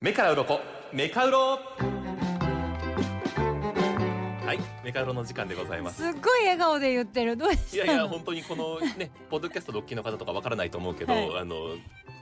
目から鱗メカウロはいメカウロの時間でございますすっごい笑顔で言ってるどういしやたいのや本当にこのねポッドキャストドッキリの方とかわからないと思うけど、はいあの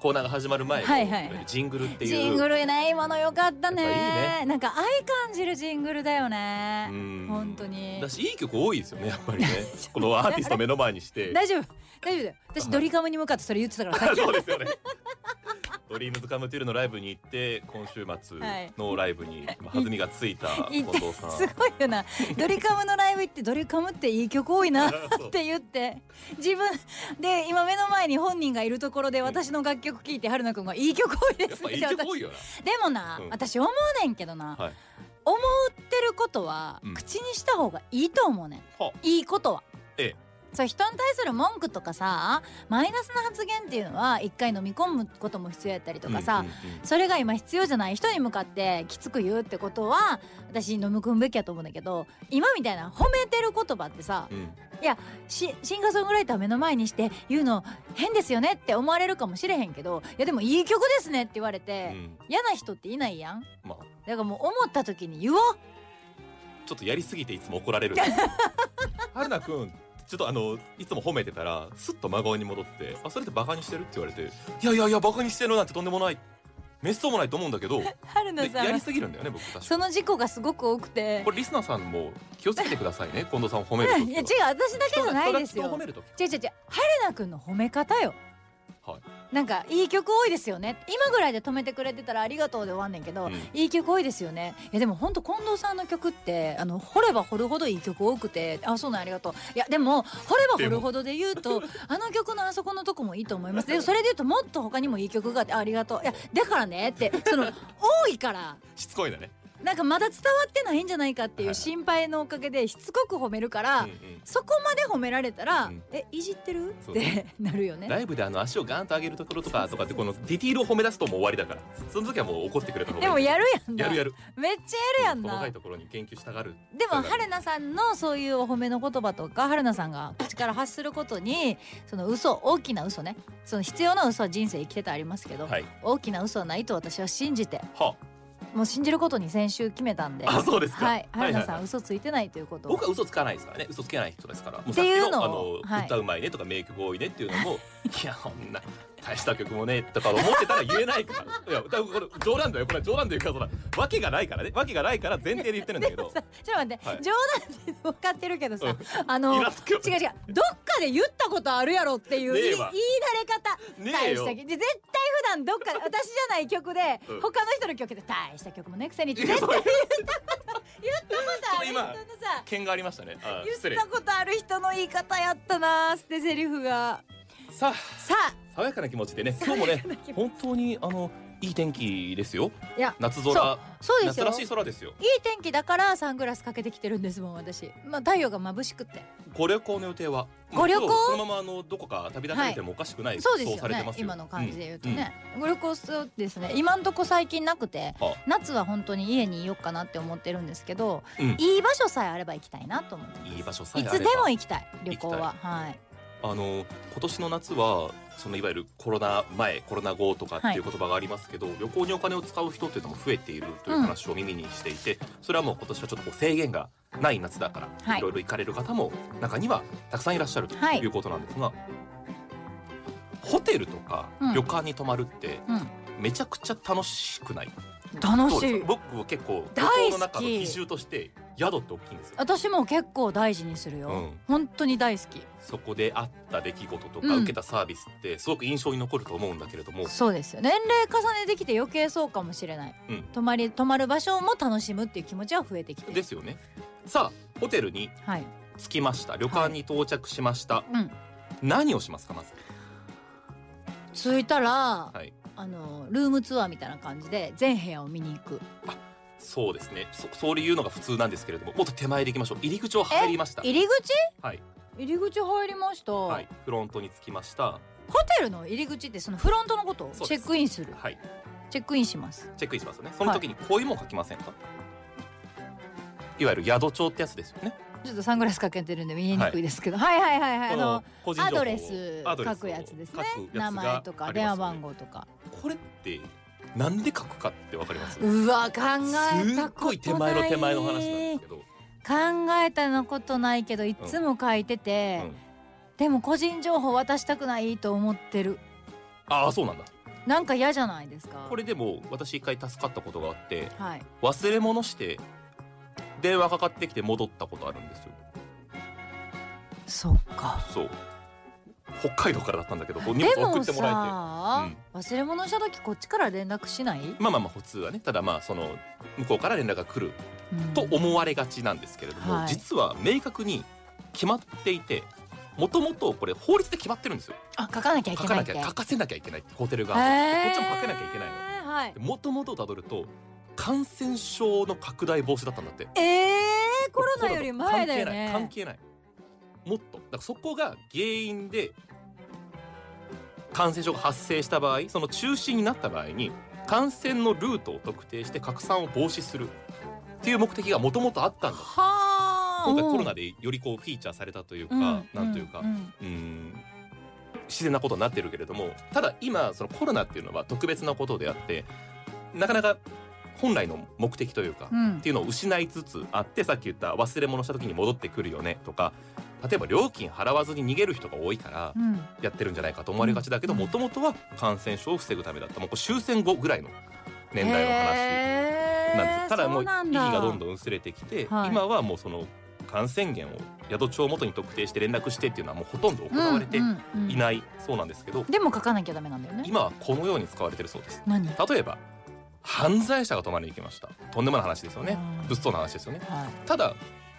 コーナーが始まる前の、はいはいはいジングルっていうジングルないものよかったねやっぱいいなんか愛感じるジングルだよねうん本当にだしいい曲多いですよねやっぱりねこのアーティスト目の前にして大丈夫大丈夫だよ私ドリカムに向かってそれ言ってたからさっそうですよね。ドリームズカムトゥールのライブに行って今週末のライブにまあ弾みがついたき近言って藤さん。すごいよなドリカムのライブ行ってドリカムっていい曲多いなっそうて言って自分で今目の前に本人がいるところでん私の楽曲聴いて春菜くんがいい曲多いでやっすぱねいいって曲私多いよな。でもな、うん私思うねんけどな、はい思ってることはうん口にした方がいいと思うねん、はいいことは。ええそう人に対する文句とかさマイナスな発言っていうのは一回飲み込むことも必要やったりとかさ、うんうんうんそれが今必要じゃない人に向かってきつく言うってことは私飲み込むべきやと思うんだけど今みたいな褒めてる言葉ってさうんしシンガーソングライター目の前にして言うの変ですよねって思われるかもしれへんけどいやでもいい曲ですねって言われうて、ん嫌な人っていないやんまあだからもう思った時に言おうちょっとやりすぎていつも怒ら れる。春菜くん。ちょっとあのいつも褒めてたらすっと真顔に戻って「あそれってバカにしてる?」って言われて「いやいやいやバカにしてるなんてとんでもないめっそうもないと思うんだけ ど」春で菜さやんりはすぎるんだよね僕確かその事故がすごく多くてこれリスナーさんも気をつけてくださ いね近藤さんを褒めいるやとき違う私だけじゃないです人が人をよ褒める時違う違う違う春菜くんの褒め方よはなんかいい曲多いですよね今ぐらいで止めてくれてたらありがとうで終わんねんけど、うんいい曲多いですよねいやでもほんと近藤さんの曲ってあの掘れば掘るほどいい曲多くてあそうなんありがとういやでも掘れば掘るほどで言うとあの曲のあそこのとこもいいと思いますでそれで言うともっと他にもいい曲があってあありがとういやだからねってその多いからしつこいだね、なんかまだ伝わってないんじゃないかっていはうい心配のおかげでしつこく褒めるから、うんうんそこまで褒められたら、うんえいじってるそうそうってなるよねライブであの足をガーンと上げるところとかとかってこのディティールを褒め出すともう終わりだからその時はもう怒ってくれた方がいでいもやるやんなやるやるめっちゃやるやん細なかいところに研究したがるでも春菜さんのそういうお褒めの言葉とか春菜さんが口から発することにその嘘大きな嘘ねその必要な嘘は人生生きててありますけど、はい大きな嘘はないと私は信じてはもう信じることに先週決めたんでああそうですかはい、春菜さはん、いはい嘘ついてないということを僕は嘘つかないですからね嘘つけない人ですからもうっさてっきいのうのあをの、はい歌うまいねとか名曲多いねっていうのも いやこんな大した曲もねとか思ってたら言えないからいやだこれ冗談だよこれは冗談で言うからそらわけがないからねわけがないから前提で言ってるんだけど さちょっと待って、はい冗談で分かってるけどさ、うんあのイラつくよ違う違うどっかで言ったことあるやろっていうねえ言い言いわ慣れね方え大しよた曲で絶対普段どっかで私じゃない曲で、うん他の人の曲で大した曲もねくせにっていや絶そ対ういうち言ったことある人のょっさと件がありましたねあ失言礼ったことある人の言い方やったなーってセリフがさあさ爽やかな気持ちで ね今日もねな気持ち本当にあのいい天気ですよあいや夏そう空そうです夏よらしい空ですよいい天気だからサングラスかけてきてるんですもん私まあ太陽が眩しくてご旅行の予定はご旅も行う今日このままあのどこか旅立たれてもおかしくない、そうですさよれてねますよ今の感じで言うとね、ご旅行そうですね今んとこ最近なくては夏は本当に家にいようかなって思ってるんですけど、うんいい場所さえあれば行きたいなと思っていい場所さえいあればつでも行きたい旅行は行はいあの今年の夏はそのいわゆるコロナ前コロナ後とかっていう言葉がありますけど、旅行にお金を使う人っていうのも増えているという話を耳にしていて、それはもう今年はちょっとこう制限がない夏だから、はいい、ろいろ行かれる方も中にはたくさんいらっしゃるとはいいうことなんですが、ホテルとかうん旅館に泊まるってうめちゃくちゃ楽しくない、ん楽どうしですいか僕は結構旅大好き行の中の比重として宿って大きいんですよ。私も結構大事にするよ、うん本当に大好きそこであった出来事とうかん受けたサービスってすごく印象に残ると思うんだけれども、そうですよ年齢重ねてきて余計そうかもしれないうん、泊まり泊まる場所も楽しむっていう気持ちは増えてきてですよねさあホテルにはい着きました旅館に到着しました、うん何をしますかまず着いたらはいあのルームツアーみたいな感じで全部屋を見に行くそうですねそそういうのが普通なんですけれどももっと手前で行きましょう入り口を入りました入り口はい、入り口入りました、はい、フロントに着きましたホテルの入り口ってそのフロントのことをそうチでェすックインするはいチェックインしますチェックインしますよねその時にこういうもん書きませんか、い、わゆる宿帳ってやつですよねちょっとサングラスかけてるんで見えにくいですけど、はい、はいはいはいあこの個人ア情報をドレスアドレスを書くやつですね書くやつが名前とかありますよね電話番号とかこれってなんで書くかってわかりますうわ考えすたっことごないい手前の手前の話なんですけど、考えたのことないけどいつも書いてて、うんでも個人情報渡したくないと思ってるああそうなんだなんか嫌じゃないですかこれでも私一回助かったことがあってはい忘れ物して電話かかってきて戻ったことあるんですよそっかそう北海道からだったんだけどこう荷で物送もってもらえてさ、う忘れ物した時こっちから連絡しない、まあまあまあ普通はねただまあその向こうから連絡が来るうとん思われがちなんですけれども、はい実は明確に決まっていてもともとこれ法律で決まってるんですよあ書かなきゃい書けかないなっきてゃ書かせなきゃいけないってホテルこ側もこっちも書けなきゃいけないのはいでもともとたどると感染症の拡大防止だったんだってえー、コロナより前だよね関係ない関係ないもっとだからそこが原因で感染症が発生した場合その中心になった場合に感染のルートを特定して拡散を防止するっていう目的がもともとあったんだはあ今回コロナでよりこうフィーチャーされたというか、なんというか、んんうーん自然なことになってるけれどもただ今そのコロナっていうのは特別なことであってなかなか本来の目的というか、うんっていうのを失いつつあってさっき言った忘れ物した時に戻ってくるよねとか例えば料金払わずに逃げる人が多いからうんやってるんじゃないかと思われがちだけどもともとは感染症を防ぐためだったもうこれ終戦後ぐらいの年代の話へーなんですただもうそ意な義がだどんどん薄れてきて、はい今はもうその感染源を宿帳を元に特定して連絡してっていうのはもうほとんど行われてうんうんうんいないそうなんですけどでも書かなきゃダメなんだよね今はこのように使われてるそうです何例えば犯罪者が泊まりに行きましたとんでもない話ですよねあー物騒な話ですよねはただ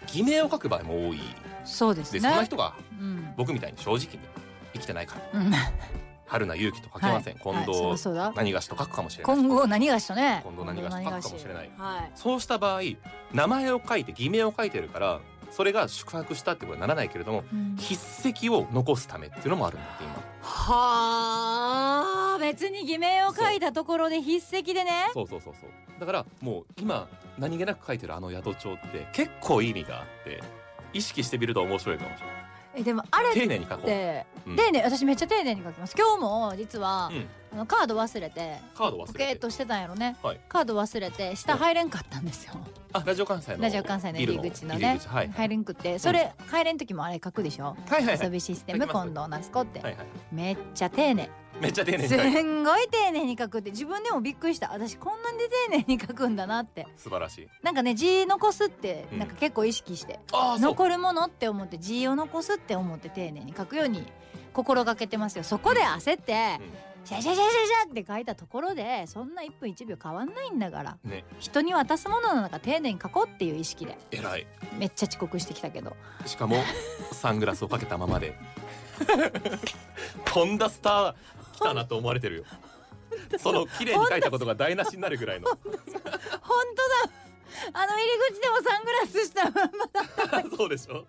偽名を書く場合も多いいそうですでねそんな人がうん僕みたいに正直に生きてないからうん春菜勇気と書けません、はい近藤、はいそうだそうだ何がしと書くかもしれない今後何がしとね今度何がしと書くかもしれないはいそうした場合名前を書いて偽名を書いてるからそれが宿泊したってことにはならないけれどもうん筆跡を残すためっていうのもあるんだって今はあ別に偽名を書いたところで筆跡でねそうそうそうそうだからもう今何気なく書いてるあの宿帳って結構意味があって意識してみると面白いかもしれないえでもあれ丁寧に書こっう、てうん丁寧私めっちゃ丁寧に書きます今日も実はうん、あのカード忘れてカード忘ポれケてッとしてたんやろねはいカード忘れて下入れんかったんですよあラジオ関西のラジオ関西の入り口のビル入りね口はい入れんくってそれ入れん時もあれ書くでしょはいはいは遊いびシステム書きます今度ナスコってはいはいめっちゃ丁寧めっちゃ丁寧にす書いてんごい丁寧に書くって自分でもびっくりした私こんなに丁寧に書くんだなって素晴らしいなんかね字残すってうんなんか結構意識して、ああそう残るものって思って字を残すって思って丁寧に書くように心がけてますよそこで焦って、うんシャシャシャシャシャって書いたところでそんな1分1秒変わんないんだからね人に渡すものなんか丁寧に書こうっていう意識で偉いめっちゃ遅刻してきたけどしかもサングラスをかけたままで とんだスター来たなと思われてるよその綺麗に書いたことが台無しになるぐらいの本当だあの入り口でもサングラスしたままそうでしょ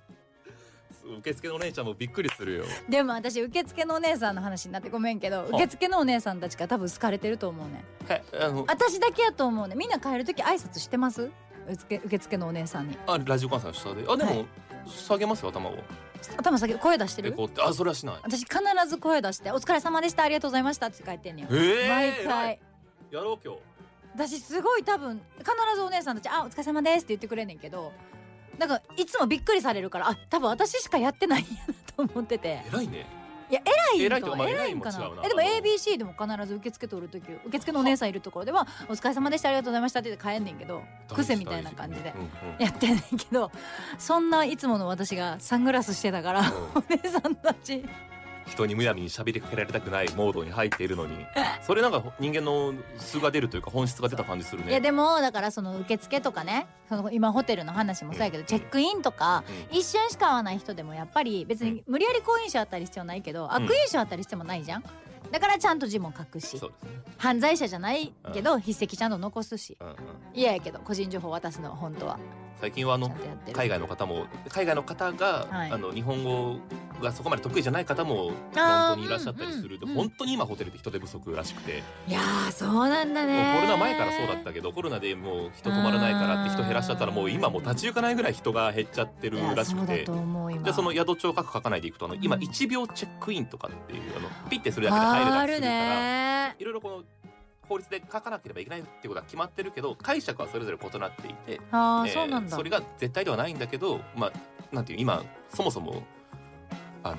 そう受付のお姉ちゃんもびっくりするよでも私受付のお姉さんの話になってごめんけど受付のお姉さんたちが多分好かれてると思うねはい、あの、私だけやと思うねみんな帰る時挨拶してます受付受付のお姉さんにあ、ラジオ関西の下で、あ、でも、はい下げますよ、頭を。頭下げ声出してえ、るこうって、あ、それはしない。私必ず声出して「お疲れ様でしたありがとうございました」って書いてんねよ、えー、 毎偉い回やろう、今日。私すごい多分必ずお姉さんたち「あお疲れ様です」って言ってくれんねんけどなんかいつもびっくりされるからあ多分私しかやってないんやなと思ってて偉いね。偉偉いいととかまあか偉偉いいんもか違なうなえでも ABC でも必ず受付取る時受付のお姉さんいるところでは「お疲れ様でしたありがとうございました」って言って帰んねんけど癖みたいな感じでうんうんうんやってんねんけどそんないつもの私がサングラスしてたからお姉さんたち人にむやみに喋りかけられたくないモードに入っているのにそれなんか人間の素が出るというか本質が出た感じするねいやでもだからその受付とかねその今ホテルの話もそうやけどチェックインとか一瞬しか会わない人でもやっぱり別に無理やり好印象あったり必要ないけど悪印象あったりしてもないじゃん。だからちゃんと字も書くうんしそうですね犯罪者じゃないけど筆跡ちゃんと残すしうんうん嫌やけど個人情報渡すのは本当は最近はあちゃんのとやってる海外の方も海外の方が、はいあの日本語がそこまで得意じゃない方も本あー当にいらっしゃったりするで、うんうん本当に今ホテルって人手不足らしくて、いやーそうなんだもねうコロナ前からそうだったけどコロナでもう人止まらないからって人減らしちゃったらもう今もう立ち行かないぐらい人が減っちゃってるいやらしくそうだてと。思う今でその宿帳書く書かないでいくとあの今うん1秒チェックインとかっていうあのピッてするだけで入れあたありするるからねいろいろこの法律で書かなければいけないっていうことは決まってるけど解釈はそれぞれ異なっていて、ああ、えーそうなんだそれが絶対ではないんだけどまあなんていう今そもそもあの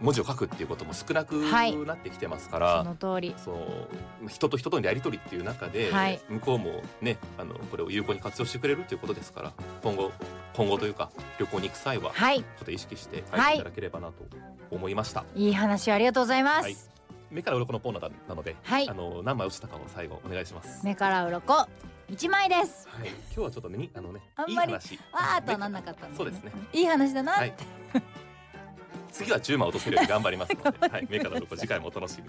文字を書くっていうことも少なくはいなってきてますから、その通りその人と人とのやり取りっていう中で、はい向こうもねあのこれを有効に活用してくれるということですから今後今後というか旅行に行く際はちょはいっと意識して書いはいていただければなと思いました、いい話ありがとうございまはいす目から鱗のポーナーなので、はい、あの何枚落ちたかを最後お願いします、目から鱗一枚ですはい、今日はちょっとねにあのねあんいいまり話わーっとはなんなかったんだよねそうですねいい話だな、はい次は10枚落とせるように頑張りますので、はい、目から鱗次回もお楽しみに